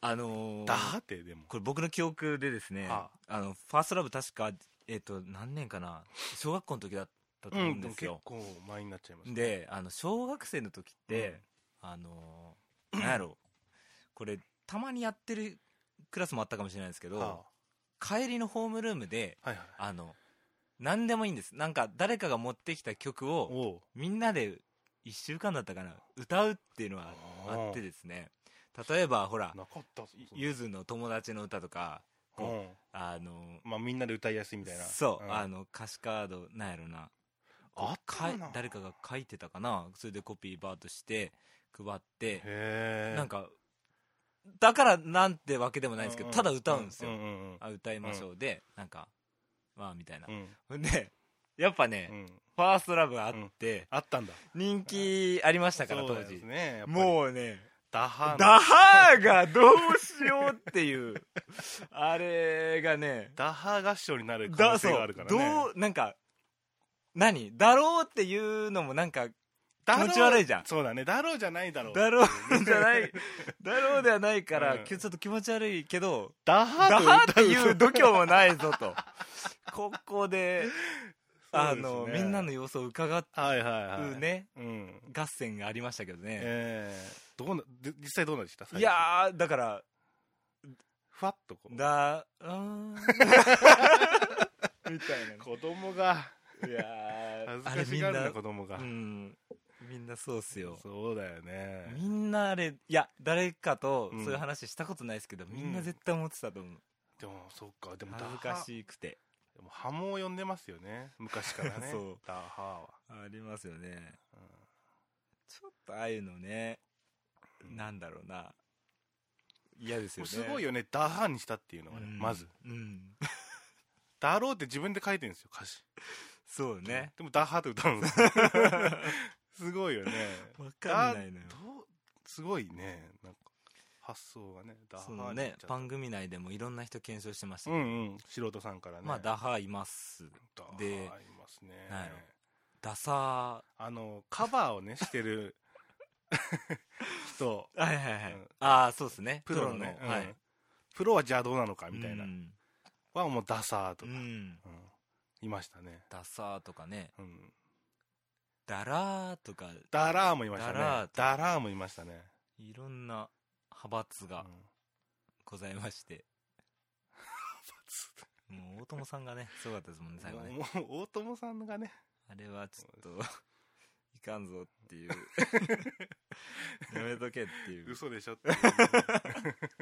Speaker 4: あのー
Speaker 2: ダハってでも
Speaker 4: これ僕の記憶でですね、
Speaker 2: は
Speaker 4: あの、ファーストラブ確か、えっ、と、何年かな、小学校の時だったと
Speaker 2: う
Speaker 4: 思うんん
Speaker 2: でも
Speaker 4: です
Speaker 2: 結
Speaker 4: よ。
Speaker 2: 構前になっちゃいます
Speaker 4: で、あの、小学生の時って、あのー、なんやろ、これ、たまにやってるクラスもあったかもしれないですけど、
Speaker 2: は
Speaker 4: 帰りのホームルームで、
Speaker 2: あはいはい
Speaker 4: あの、何でもいいんです。なんか、誰かが持ってきた曲を、
Speaker 2: おう
Speaker 4: みんなで1週間だったかな歌うっていうのは
Speaker 2: あー
Speaker 4: あってですね例えばほら
Speaker 2: なかったそんな
Speaker 4: ゆずの友達の歌とかこ
Speaker 2: うん
Speaker 4: あの
Speaker 2: まあみんなで歌いやすいみたいな
Speaker 4: そう、
Speaker 2: ん
Speaker 4: あの歌詞カードなんやろな
Speaker 2: あった
Speaker 4: かい
Speaker 2: な
Speaker 4: 誰かが書いてたかなそれでコピーバーとして配って
Speaker 2: へえ
Speaker 4: なんかだからなんてわけでもないんですけどただ歌うんですよ、
Speaker 2: うんうんうん
Speaker 4: あ歌いましょうで、なんかまあみたいな
Speaker 2: う、ん
Speaker 4: ほんでやっぱね、
Speaker 2: うん
Speaker 4: ファーストラブあって、
Speaker 2: あったんだ
Speaker 4: 人気ありましたから
Speaker 2: そ
Speaker 4: 当
Speaker 2: うです
Speaker 4: 時
Speaker 2: ねう
Speaker 4: もうね
Speaker 2: ダハの
Speaker 4: ダハーがどうしようって [laughs] いうあれがね
Speaker 2: ダハ合唱になる可能
Speaker 4: だ
Speaker 2: 性
Speaker 4: そ
Speaker 2: がある
Speaker 4: う
Speaker 2: からね
Speaker 4: どうなんか何だろうっていうのもなんか
Speaker 2: だろう
Speaker 4: 気持ち悪いじゃん
Speaker 2: そうだねだろうじゃないだろう
Speaker 4: だ [laughs] ろうじゃないだろうではないから、
Speaker 2: うん
Speaker 4: きちょっと気持ち悪いけど
Speaker 2: ダハ
Speaker 4: ダ
Speaker 2: と
Speaker 4: ハーって
Speaker 2: 歌
Speaker 4: いうう度胸もないぞとここであ
Speaker 2: そ
Speaker 4: の
Speaker 2: うですね
Speaker 4: みんなの様子を伺
Speaker 2: はいはいは
Speaker 4: う
Speaker 2: い
Speaker 4: ね
Speaker 2: うん
Speaker 4: 合戦がありましたけどね、
Speaker 2: ええどうなで実際どうなんでした
Speaker 4: いやーだから
Speaker 2: ふわっとこう
Speaker 4: だうーん [laughs] みたい
Speaker 2: 子供が
Speaker 4: ないやーあ
Speaker 2: 恥
Speaker 4: れ
Speaker 2: ずか
Speaker 4: み
Speaker 2: し
Speaker 4: ん
Speaker 2: がる
Speaker 4: な
Speaker 2: な子供が
Speaker 4: うんみんなそうっすよ
Speaker 2: そうだよね
Speaker 4: みんなあれいや誰かと
Speaker 2: うん
Speaker 4: そういう話したことないですけど、みん
Speaker 2: う
Speaker 4: なん絶対思ってたと思う
Speaker 2: でもそっかでも
Speaker 4: 恥ず
Speaker 2: ダ
Speaker 4: か
Speaker 2: ハ
Speaker 4: しくて
Speaker 2: でも波紋を呼んでますよね昔からね
Speaker 4: [laughs] そう
Speaker 2: ダハは
Speaker 4: ありますよね
Speaker 2: うん
Speaker 4: ちょっとああいうのね、
Speaker 2: うん
Speaker 4: なんだろうな嫌ですよね
Speaker 2: すごいよねダハにしたっていうのがね
Speaker 4: うん
Speaker 2: まず
Speaker 4: うん [laughs]
Speaker 2: だろうって自分で書いてるんですよ歌詞
Speaker 4: そうね
Speaker 2: でもダハって歌うんです [laughs]
Speaker 4: [laughs]
Speaker 2: すごいよね
Speaker 4: わかんないのよ
Speaker 2: だどうすごいねなんか発想がねダハ
Speaker 4: そ
Speaker 2: に
Speaker 4: の
Speaker 2: なっ
Speaker 4: ね
Speaker 2: ちゃった
Speaker 4: 番組内でもいろんな人検証してました
Speaker 2: う
Speaker 4: けど、
Speaker 2: んうん素人さんからね
Speaker 4: まあダハーいます
Speaker 2: ダハ
Speaker 4: で
Speaker 2: いますね
Speaker 4: なんやろダサ
Speaker 2: あのカバーをねしてる人
Speaker 4: ーはいはいはい、
Speaker 2: うん
Speaker 4: ああそうですね
Speaker 2: プロのねうん
Speaker 4: はい
Speaker 2: プロはじゃあどうなのかみたいな
Speaker 4: うん、
Speaker 2: はもうダサーと
Speaker 4: う
Speaker 2: か
Speaker 4: ん
Speaker 2: うんいましたね
Speaker 4: ダサーとかね
Speaker 2: うん
Speaker 4: ダラーとか
Speaker 2: ダラーもいましたね
Speaker 4: ダラーと
Speaker 2: ダラーもいましたね
Speaker 4: いろんな派閥
Speaker 2: う
Speaker 4: が
Speaker 2: ん
Speaker 4: ございまして、もう大友さんがねすごかったですもんね最後ね
Speaker 2: もうもう大友さんがね
Speaker 4: あれはちょっといかんぞっ
Speaker 2: [laughs]
Speaker 4: ていうやめとけっていう
Speaker 2: 嘘でしょっていう
Speaker 4: [laughs]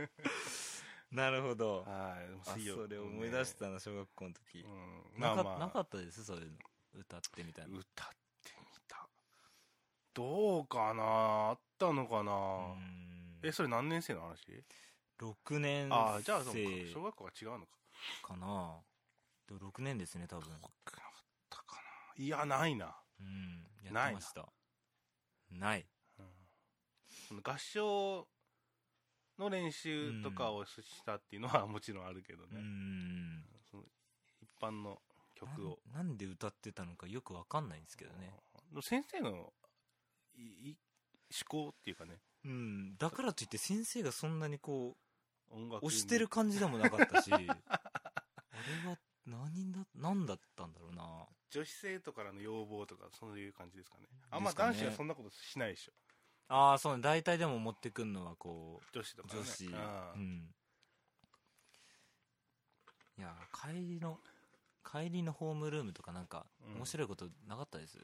Speaker 4: なるほど
Speaker 2: はいでも
Speaker 4: あ
Speaker 2: 水曜
Speaker 4: それ思い出したな小学校の時
Speaker 2: う、んま
Speaker 4: な
Speaker 2: あ
Speaker 4: か
Speaker 2: まあ
Speaker 4: なかったですそういうの歌ってみたいな、
Speaker 2: 歌ってみたどうかなあったのかな、
Speaker 4: うん
Speaker 2: えそれ何年生の話
Speaker 4: 6年
Speaker 2: ああじゃあそうか
Speaker 4: 生
Speaker 2: 小学校が違うのか
Speaker 4: かなでも6年ですね多分
Speaker 2: 僕なかったかないやないな、
Speaker 4: うんやっ
Speaker 2: ないな
Speaker 4: てましたない
Speaker 2: うんその合唱の練習とかをしたっていうのはもちろんあるけどね、
Speaker 4: うん
Speaker 2: その一般の曲を
Speaker 4: なんなんで歌ってたのかよくわかんないんですけどね
Speaker 2: うん先生のいい思考っていうかね
Speaker 4: うんだからといって先生がそんなにこ
Speaker 2: 音楽
Speaker 4: う押してる感じでもな
Speaker 2: [laughs]
Speaker 4: かったしあれは何だ何だったんだろうな
Speaker 2: 女子生徒からの要望とかそういう感じですかねあん
Speaker 4: で
Speaker 2: ます
Speaker 4: かね
Speaker 2: 男子はそんなことしないでしょ
Speaker 4: ああそうね大体でも持ってくんのはこ
Speaker 2: 女子と
Speaker 4: う
Speaker 2: か、ね、
Speaker 4: 女子
Speaker 2: うん
Speaker 4: うんいやー帰りの帰りのホームルームとかなんか
Speaker 2: うん
Speaker 4: 面白いことなかったです、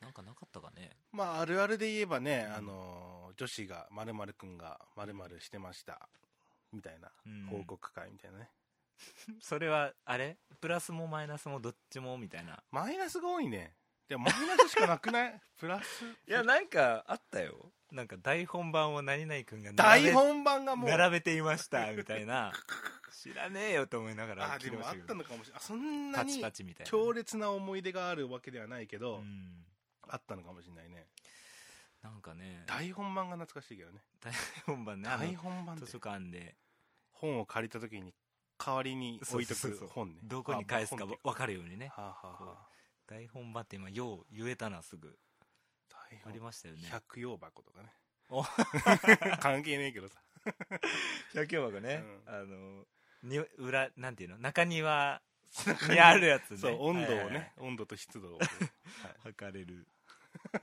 Speaker 4: なんかなかったかね
Speaker 2: まあ、あるあるで言えばね、あのー女子が、まるくんが、まるしてました。みたいな
Speaker 4: うん、
Speaker 2: 報告会みたいなね。
Speaker 4: それはあれプラスもマイナスもどっちもみたいな
Speaker 2: マイナスが多いね。でもマイナスしかなくない
Speaker 4: [laughs]
Speaker 2: プラス。
Speaker 4: いやなんかあったよなんか台本版を何々君が並べ
Speaker 2: 大本番がもう。
Speaker 4: 並べていましたみたいな知らねえよと思いながら
Speaker 2: あ、で
Speaker 4: 聞いてま
Speaker 2: も
Speaker 4: し
Speaker 2: あっ
Speaker 4: たけど
Speaker 2: たのかもしれない。あそんな
Speaker 4: パチ
Speaker 2: に
Speaker 4: パチみたいな
Speaker 2: 強烈な思い出があるわけではないけど、
Speaker 4: うん
Speaker 2: あったのかもしれないね。
Speaker 4: なんかね
Speaker 2: 大本番が懐かしいけどね。
Speaker 4: 本番ねあの
Speaker 2: 大本番って
Speaker 4: 図書館で
Speaker 2: 本を借りた時に代わりに置いと
Speaker 4: そうそうそ
Speaker 2: く
Speaker 4: う
Speaker 2: 本ね。
Speaker 4: どこに返すか
Speaker 2: あ本って
Speaker 4: 分
Speaker 2: いう
Speaker 4: かるようにね
Speaker 2: はあ、はあは
Speaker 4: 大本番って今よう言えたなすぐ
Speaker 2: あ、大
Speaker 4: あ
Speaker 2: 本
Speaker 4: りましたよね
Speaker 2: 百葉箱とかね
Speaker 4: お
Speaker 2: [laughs] 関係ねえけどさ
Speaker 4: 百葉箱ね
Speaker 2: う
Speaker 4: あのに裏なんていうの中庭にあるやつね
Speaker 2: そう温度をね、
Speaker 4: はいはいはい
Speaker 2: 温度と湿度を
Speaker 4: 測れる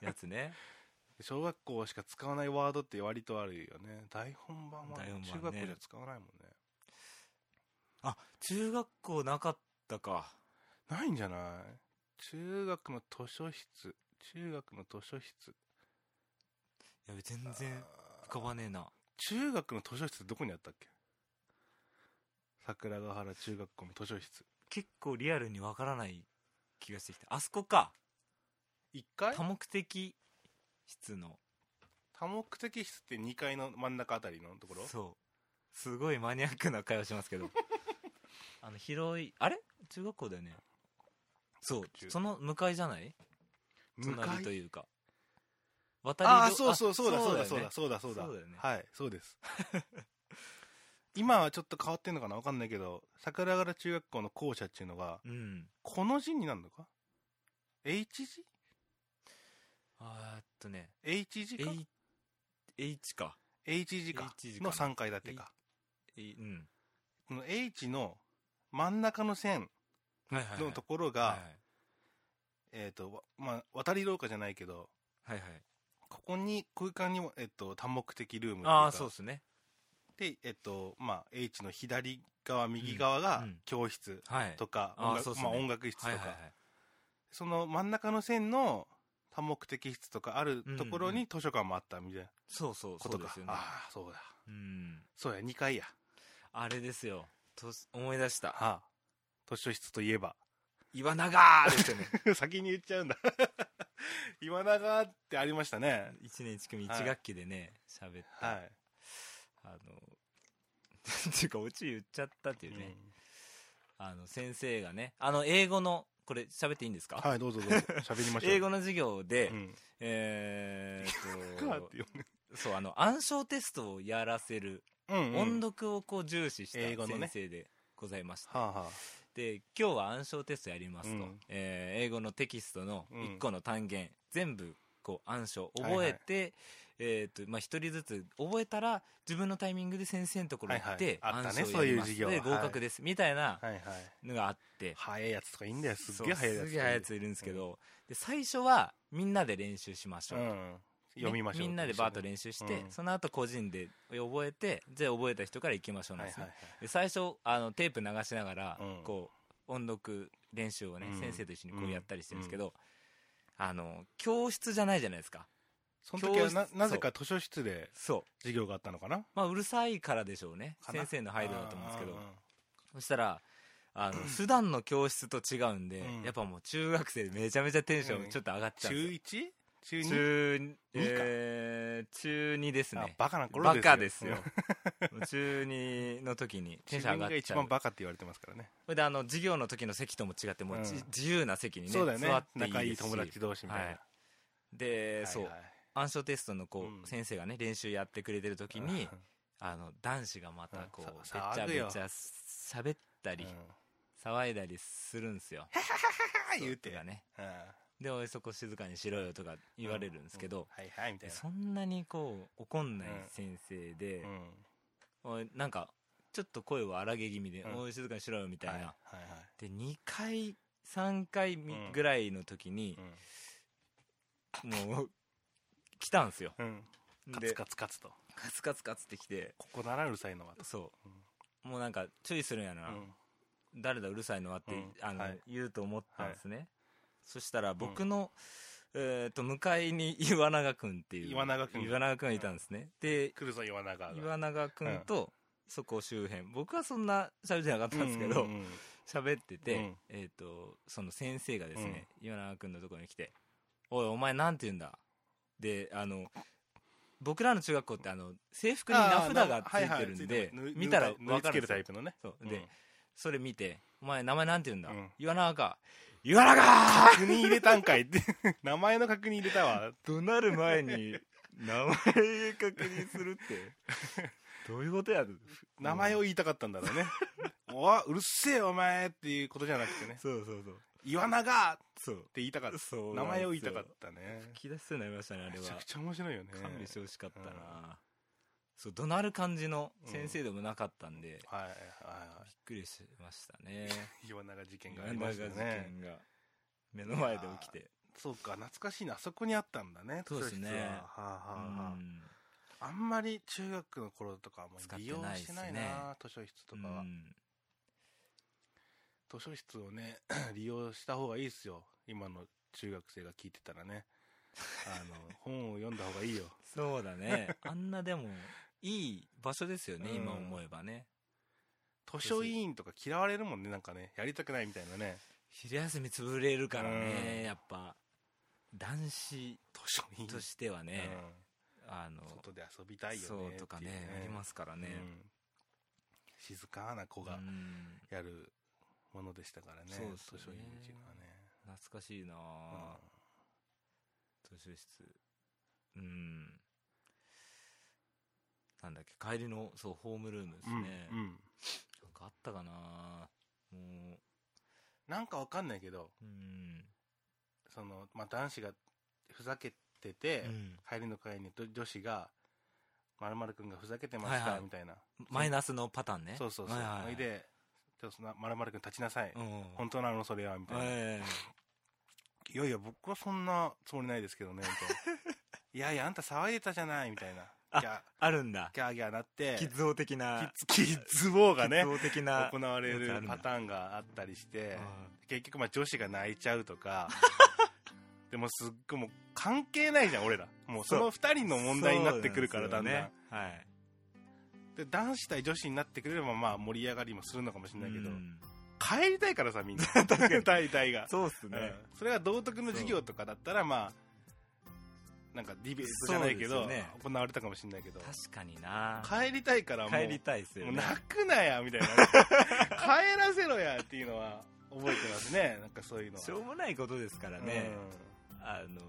Speaker 4: やつ
Speaker 2: [laughs]
Speaker 4: ね
Speaker 2: 小学校しか使わないワードって割とあるよね大本番は
Speaker 4: 大本番ね
Speaker 2: 中学校じゃ使わないもんね
Speaker 4: あ中学校なかったか
Speaker 2: ないんじゃない中学の図書室中学の図書室
Speaker 4: いや全然
Speaker 2: あー
Speaker 4: 浮かばねえな
Speaker 2: 中学の図書室ってどこにあったっけ桜ヶ原中学校の図書室
Speaker 4: 結構リアルにわからない気がしてきたあそこか
Speaker 2: 1階
Speaker 4: 多目的室の
Speaker 2: 多目的室って2階の真ん中あたりのところ
Speaker 4: そうすごいマニアックな会話します
Speaker 2: [laughs]
Speaker 4: けどあの広いあれ中学校だよねそう
Speaker 2: 中
Speaker 4: その向かいじゃない
Speaker 2: 向か
Speaker 4: 隣
Speaker 2: い
Speaker 4: というか渡
Speaker 2: ああ
Speaker 4: り
Speaker 2: ー
Speaker 4: 戸
Speaker 2: そうそう
Speaker 4: あ
Speaker 2: そうだそうだそう
Speaker 4: よね
Speaker 2: だそうだそうだ
Speaker 4: そうだよね
Speaker 2: はいそうです今はちょっと変わってんのかなわかんないけど桜柄中学校の校舎っていうのが
Speaker 4: うん
Speaker 2: この字になるのか H 字
Speaker 4: あーっとね
Speaker 2: H 字か
Speaker 4: H, H か
Speaker 2: H 字か
Speaker 4: H 字かな
Speaker 2: の3階建てか
Speaker 4: A- うん
Speaker 2: この H の真ん中の線
Speaker 4: はいはいはい
Speaker 2: のところ
Speaker 4: は
Speaker 2: がえっとわまあ渡り廊下じゃないけど
Speaker 4: いはいはいはい
Speaker 2: ここに空間にもえっと多目的ルームっていう
Speaker 4: あ
Speaker 2: か
Speaker 4: あそうですね
Speaker 2: でえっとまあ H の左側右側が
Speaker 4: うんうん
Speaker 2: 教室
Speaker 4: はい
Speaker 2: とか
Speaker 4: あー
Speaker 2: 音楽
Speaker 4: そうっすね
Speaker 2: まあ音楽室と
Speaker 4: はいはいは
Speaker 2: か
Speaker 4: い
Speaker 2: その真ん中の線の多目的室とかあるところ
Speaker 4: うんう
Speaker 2: に図書館もあったみたいな
Speaker 4: そうそう
Speaker 2: こ
Speaker 4: そ
Speaker 2: と
Speaker 4: うで
Speaker 2: か
Speaker 4: すよ。ね
Speaker 2: ああ、そうだ。
Speaker 4: うん
Speaker 2: そうや、2階や。
Speaker 4: あれですよと思い出した
Speaker 2: ああ。図書室といえば。 [laughs]
Speaker 4: 岩永ですよね
Speaker 2: 先に言っちゃうんだ。 [laughs] 今永ってありましたね。
Speaker 4: 一年一組一
Speaker 2: はい
Speaker 4: 学期でね喋った、
Speaker 2: はい。
Speaker 4: あの [laughs] っていうかオチ言っちゃったっていうね、あの先生がねあの英語のこれ喋っていいんですか、
Speaker 2: うんはい、どうぞ
Speaker 4: [laughs]
Speaker 2: どうぞ。喋りましょう。
Speaker 4: 英語の授業で、
Speaker 2: うん。
Speaker 4: えーっ
Speaker 2: カーっ
Speaker 4: と
Speaker 2: て読む
Speaker 4: そうあの暗証テストをやらせる、
Speaker 2: うんうん。
Speaker 4: 音読をこう重視した
Speaker 2: 英
Speaker 4: 先
Speaker 2: 語のね
Speaker 4: 生でございました、
Speaker 2: はあはあ。
Speaker 4: で今日は暗証テストやりますと、
Speaker 2: うん
Speaker 4: えー英語のテキストの
Speaker 2: うん
Speaker 4: 1個の単元、全部こう暗証
Speaker 2: はいは
Speaker 4: 覚
Speaker 2: い
Speaker 4: えて、えーとまあ、1人ずつ覚えたら自分のタイミングで先生のところ行って
Speaker 2: はいはいあ
Speaker 4: 暗
Speaker 2: ったね
Speaker 4: 証やります、
Speaker 2: そういう授業は
Speaker 4: で合
Speaker 2: は
Speaker 4: 格
Speaker 2: い
Speaker 4: です、みたい
Speaker 2: は
Speaker 4: な
Speaker 2: いはい。
Speaker 4: のがあって
Speaker 2: 早いやつとかいいんだよ。す
Speaker 4: そ
Speaker 2: っ
Speaker 4: う
Speaker 2: げえ早いやつ。
Speaker 4: すげえ早いやついるんですけど、で最初はみんなで練習しまし
Speaker 2: う
Speaker 4: ょうと、
Speaker 2: ん。読みましょう。
Speaker 4: みんなでバーッと練習して、
Speaker 2: うん
Speaker 4: その後個人で覚えてじゃあ覚えた人から行きましょうなん
Speaker 2: は
Speaker 4: で
Speaker 2: い
Speaker 4: すね
Speaker 2: はいはい。
Speaker 4: で最初あのテープ流しながら、
Speaker 2: うん
Speaker 4: こう音読練習をね、
Speaker 2: うん
Speaker 4: 先生と一緒にこうやったりしてるんですけど、あの教室じゃないじゃないですか
Speaker 2: その時は
Speaker 4: 教
Speaker 2: な
Speaker 4: 室
Speaker 2: なぜか図書室で
Speaker 4: そう
Speaker 2: 授業があったのかな
Speaker 4: まあうるさいからでしょうね
Speaker 2: かな
Speaker 4: 先生の配慮だと思うんですけど
Speaker 2: あー
Speaker 4: そしたらあ
Speaker 2: [clears throat]
Speaker 4: の普段の教室と違うんで、
Speaker 2: うん
Speaker 4: やっぱもう中学生でめちゃめちゃテンションちょっと上がっちゃうん
Speaker 2: 中
Speaker 4: で
Speaker 2: 1? 中 2?
Speaker 4: すよ中
Speaker 2: 二か
Speaker 4: えー中2です
Speaker 2: あ
Speaker 4: ね
Speaker 2: バカな頃
Speaker 4: バカですよ中2の時にテン
Speaker 2: 自
Speaker 4: ショ
Speaker 2: 分
Speaker 4: ン上がっ
Speaker 2: が
Speaker 4: ち
Speaker 2: 一
Speaker 4: ゃう
Speaker 2: 番バカって言われてますからね
Speaker 4: それであの授業の時の席とも違ってもうじ、
Speaker 2: うん
Speaker 4: 自由な席にね
Speaker 2: そうだよね
Speaker 4: 座っていいです
Speaker 2: 仲
Speaker 4: し
Speaker 2: いい友達同士みたいな、
Speaker 4: はいで、
Speaker 2: はい
Speaker 4: そう
Speaker 2: はい
Speaker 4: 暗証テストのこう、
Speaker 2: うん
Speaker 4: 先生がね練習やってくれてる時に、あの男子がまたこう、
Speaker 2: うん
Speaker 4: べち
Speaker 2: さ
Speaker 4: ゃべ
Speaker 2: 騒ぐよ
Speaker 4: ちゃ喋った
Speaker 2: うん
Speaker 4: り、
Speaker 2: うん
Speaker 4: 騒いだりするんですよ
Speaker 2: はい言うて
Speaker 4: とかね
Speaker 2: うん
Speaker 4: でおいそこ静かにしろよとか言われるんですけ
Speaker 2: う
Speaker 4: ど、
Speaker 2: んはいはいみたい
Speaker 4: で
Speaker 2: な
Speaker 4: そんなにこう怒んない先生で、
Speaker 2: うん
Speaker 4: おいなんかちょっと声を荒げ気味で、
Speaker 2: うん
Speaker 4: おい静かにしろよみたいな、
Speaker 2: はいはいはい
Speaker 4: で2回3回み
Speaker 2: うん
Speaker 4: ぐらいの時に
Speaker 2: う、ん
Speaker 4: もう来たんですよ
Speaker 2: うんカツ
Speaker 4: で
Speaker 2: カツカツと
Speaker 4: カツカツカツって来て
Speaker 2: ここならうるさいのはと
Speaker 4: そうもうなんか注意するんやな、
Speaker 2: うん
Speaker 4: 誰だうるさいのはって、
Speaker 2: うん
Speaker 4: あの
Speaker 2: はい
Speaker 4: 言うと思ったんですね、そしたら僕の、えー、と向かいに岩永君っていう
Speaker 2: 岩永君
Speaker 4: 岩永君がいたんですね、で
Speaker 2: 来るぞ岩永が
Speaker 4: 岩永君とそこ周辺、僕はそんな喋ってなかったんですけ
Speaker 2: う
Speaker 4: ど
Speaker 2: んうんうん
Speaker 4: 喋、ってて、
Speaker 2: うん
Speaker 4: えー、とその先生がですね、岩永君のところに来て「おいお前なんて言うんだ」であの僕らの中学校ってあの制服に名札がついてるんで、
Speaker 2: あーなはいはい
Speaker 4: 見たら
Speaker 2: ついてます縫い
Speaker 4: 分
Speaker 2: 付
Speaker 4: か
Speaker 2: け
Speaker 4: るん
Speaker 2: る
Speaker 4: です
Speaker 2: タ
Speaker 4: よ
Speaker 2: イプのね
Speaker 4: そう
Speaker 2: うん
Speaker 4: で、それ見て「お前名前なんて言うんだ、
Speaker 2: うん
Speaker 4: 岩永か岩永か!
Speaker 2: 確認入れたんかいって [laughs] 名前の確認入れたわ」
Speaker 4: 怒鳴る前に名前確認するって [laughs] どういうことや
Speaker 2: 名前を言いたかったんだろうね [laughs] おいうるせえよお前っていうことじゃなくてね
Speaker 4: そうそうそう
Speaker 2: 岩永って
Speaker 4: そう
Speaker 2: 言いたかった
Speaker 4: そう
Speaker 2: 名前を言いたか
Speaker 4: っ
Speaker 2: ったね
Speaker 4: た聞き出しそうになりましたねあ
Speaker 2: め
Speaker 4: れは
Speaker 2: ちゃくちゃ面白いよね
Speaker 4: 勘弁してほしかったな、
Speaker 2: うん
Speaker 4: そう怒鳴る感じの先生でもなかったんで、びっ
Speaker 2: はいはいは
Speaker 4: くりしましたね
Speaker 2: い岩永事件があ
Speaker 4: 岩
Speaker 2: り
Speaker 4: 永
Speaker 2: まし
Speaker 4: 事
Speaker 2: た
Speaker 4: 件
Speaker 2: ね
Speaker 4: が目の前で起きて
Speaker 2: そうか懐かしいなあそこにあったんだね
Speaker 4: そうですね
Speaker 2: 図書室ははあ
Speaker 4: う
Speaker 2: はあはあ
Speaker 4: ん
Speaker 2: あんまり中学の頃とかはも
Speaker 4: 使
Speaker 2: う
Speaker 4: って
Speaker 2: 利用
Speaker 4: ないっ
Speaker 2: し
Speaker 4: す
Speaker 2: て
Speaker 4: ね
Speaker 2: ないな図書室とかは、
Speaker 4: うん
Speaker 2: 図書室をね [clears throat] 利用した方がいいですよ今の中学生が聞いてたらねあの [laughs] 本を読んだ方がいいよ
Speaker 4: そうだね。あんなでも、いい場所ですよね、
Speaker 2: うん
Speaker 4: 今思えばね。
Speaker 2: 図書委員とか嫌われるもんねなんかねやりたくないみたいなね
Speaker 4: 昼休み潰れるからね、
Speaker 2: うん
Speaker 4: やっぱ、男子
Speaker 2: 図書委員
Speaker 4: としてはね、あの
Speaker 2: うん、外で遊びたいよね
Speaker 4: そうとかね、ありますすからね。
Speaker 2: 静かな子
Speaker 4: う
Speaker 2: が
Speaker 4: ん
Speaker 2: やるものでしたからね、
Speaker 4: そうっ
Speaker 2: 図
Speaker 4: すね
Speaker 2: 書委員っていうのはね、
Speaker 4: 懐かしいな
Speaker 2: うん
Speaker 4: あ図書室。うん。なんだっけ、帰りの、そう、ホームルームですね。
Speaker 2: うんうん
Speaker 4: なんかあったかなも
Speaker 2: なんかわかんないけど
Speaker 4: う、うん。
Speaker 2: その、まあ、男子がふざけてて、
Speaker 4: うん
Speaker 2: 帰りの会に女女子が「まるまるくんがふざけてました」
Speaker 4: はいはい
Speaker 2: みたいな
Speaker 4: マイナスのパターンね。
Speaker 2: そうそうそう、
Speaker 4: はいはいはい
Speaker 2: それで「ちょっとそのまるまるくん立ちなさい、
Speaker 4: うん。
Speaker 2: 本当なのそれは」みたいな、
Speaker 4: ええ
Speaker 2: いやいや僕はそんなつもりないですけどね」みたいな
Speaker 4: [laughs]
Speaker 2: 「いやいやあんた騒いでたじゃない」みたいな
Speaker 4: あ
Speaker 2: ギャ
Speaker 4: あるんだ。
Speaker 2: ギャーギャーなって
Speaker 4: キッズ王的な。
Speaker 2: キッズキッズボーがね
Speaker 4: キッズ王的な。
Speaker 2: 行われ
Speaker 4: やつあ
Speaker 2: る
Speaker 4: るんだ
Speaker 2: パターンがあったりして
Speaker 4: うん
Speaker 2: 結局まあ女子が泣いちゃうと
Speaker 4: [laughs]
Speaker 2: かでもすっごいもう関係ないじゃん俺らもうその2人の問題になってくるから
Speaker 4: そ
Speaker 2: だ
Speaker 4: うんで
Speaker 2: だん
Speaker 4: すよね。はい。
Speaker 2: で男子対女子になってくれればまあ盛り上がりもするのかもしれないけど、
Speaker 4: うん
Speaker 2: 帰りたいからさ
Speaker 4: [laughs]
Speaker 2: みんな大体が
Speaker 4: そうっす
Speaker 2: う、
Speaker 4: ね。
Speaker 2: ん、それが道徳の授業とかだったらまあなんかディベートじゃないけ
Speaker 4: そ
Speaker 2: ど、
Speaker 4: うですよね
Speaker 2: 行われたかもしれないけど
Speaker 4: 確かにな
Speaker 2: 帰りたいからもう
Speaker 4: 帰りたいっすよ
Speaker 2: もう
Speaker 4: ね。
Speaker 2: 泣くなやみ
Speaker 4: [laughs]
Speaker 2: たいな帰らせろやっていうのは覚えてますねなんかそういうのは
Speaker 4: しょうもないことですからね。あの、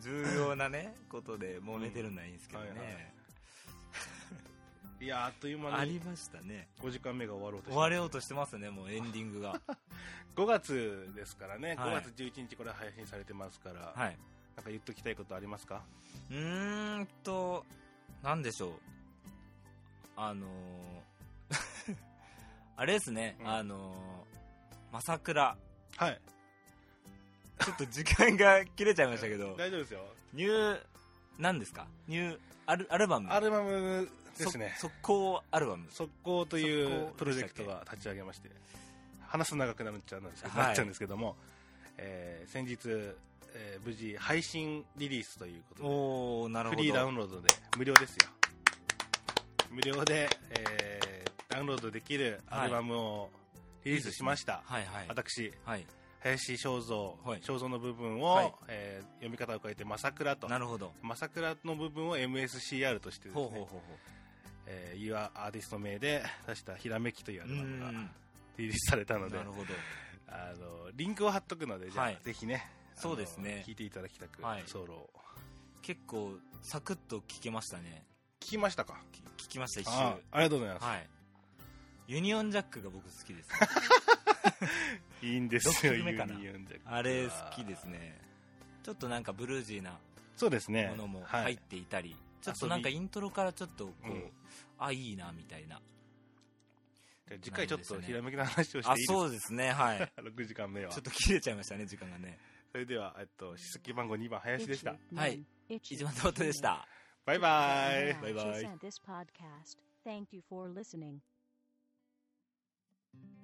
Speaker 4: 重要なね、 [laughs] ことで揉めてるのはいいんですけど
Speaker 2: うんはいはい
Speaker 4: ね。
Speaker 2: うんいやあっという間
Speaker 4: あり
Speaker 2: に
Speaker 4: ましたね。
Speaker 2: 5時間目が終わろうと
Speaker 4: 終われ
Speaker 2: よ
Speaker 4: ようとしてますね、もうエンディング
Speaker 2: [laughs]
Speaker 4: が。
Speaker 2: 5月ですからね
Speaker 4: はい
Speaker 2: 5月11日これ配信されてますから、
Speaker 4: はい。
Speaker 2: なんか言っときたいことありますか
Speaker 4: うーんと、なんでしょう。あのー [laughs] あれですね、
Speaker 2: うん
Speaker 4: あのー、まさくら。
Speaker 2: はい
Speaker 4: ちょっと時間が切れちゃいました
Speaker 2: [laughs]
Speaker 4: けど、
Speaker 2: 大丈夫ですよ
Speaker 4: ニュー、何ですかニューアルアルバム
Speaker 2: アルバムですね
Speaker 4: そ速攻アルバム。
Speaker 2: 速攻とい
Speaker 4: 速
Speaker 2: う
Speaker 4: 攻
Speaker 2: プロジェクトが立ち上げまして話すと長くなっちゃうんですけど,、
Speaker 4: はい
Speaker 2: なっちゃうんですけども、えー先日、えー無事配信リリースということで
Speaker 4: おー、なるほ
Speaker 2: フ
Speaker 4: ど。
Speaker 2: リーダウンロードで無料ですよ無料で、えーダウンロードできるアルバムをリリースしました、
Speaker 4: はいはい。
Speaker 2: 私
Speaker 4: はい。
Speaker 2: 林正蔵、
Speaker 4: はい
Speaker 2: 正蔵の部分を、
Speaker 4: はい
Speaker 2: えー読み方を変えて「まさくら」と
Speaker 4: なるほど。
Speaker 2: 「まさくら」の部分を MSCR としてです
Speaker 4: ほう
Speaker 2: ね
Speaker 4: ほうほうほ
Speaker 2: えーいうアーティスト名で出した「ひらめき」というア
Speaker 4: う。う
Speaker 2: ルバム
Speaker 4: ー
Speaker 2: が
Speaker 4: ん。
Speaker 2: リリースされたので
Speaker 4: なるほど。
Speaker 2: あのリンクを貼っとくのでじゃあ、
Speaker 4: はい
Speaker 2: ぜひねあの
Speaker 4: そうですね
Speaker 2: 聞いていただきたく、
Speaker 4: はい
Speaker 2: ソロを
Speaker 4: 結構、サクッと聞けましたね。
Speaker 2: 聞きましたか
Speaker 4: き聞きました、一周。
Speaker 2: あありがとうございます、
Speaker 4: はい。ユニオンジャックが僕好
Speaker 2: [laughs]
Speaker 4: きです。
Speaker 2: いいんですよ、
Speaker 4: 六曲目かな
Speaker 2: ユニオンジャック
Speaker 4: あれ好きですね。ちょっとなんかブルージーな
Speaker 2: そうですね。
Speaker 4: ものも
Speaker 2: は
Speaker 4: 入っ
Speaker 2: い。
Speaker 4: ていたり、ちょっとなんかイントロからちょっとこう、
Speaker 2: うん
Speaker 4: あ、いいなみたいな。
Speaker 2: じゃあ次回ちょっ
Speaker 4: な
Speaker 2: と
Speaker 4: んですね
Speaker 2: ひらめきの話をしていい
Speaker 4: あ、
Speaker 2: ですか
Speaker 4: そうですね、はい。
Speaker 2: [laughs] 6時間目は。
Speaker 4: ちょっと切れちゃいましたね、時間が
Speaker 2: [laughs]
Speaker 4: ね。
Speaker 2: それでは、えっと、出席番号2番、林で
Speaker 3: で
Speaker 2: し
Speaker 3: したた。。
Speaker 4: は
Speaker 3: はいい。
Speaker 4: 一
Speaker 3: 一
Speaker 4: 番
Speaker 3: 番
Speaker 4: ト
Speaker 3: ト
Speaker 4: ートで
Speaker 3: ートで
Speaker 4: し
Speaker 3: したた。。
Speaker 2: バイバ
Speaker 3: バ
Speaker 2: イ
Speaker 3: イ。
Speaker 4: バ
Speaker 3: バ
Speaker 4: イ
Speaker 3: イ
Speaker 4: バイ
Speaker 3: バイ。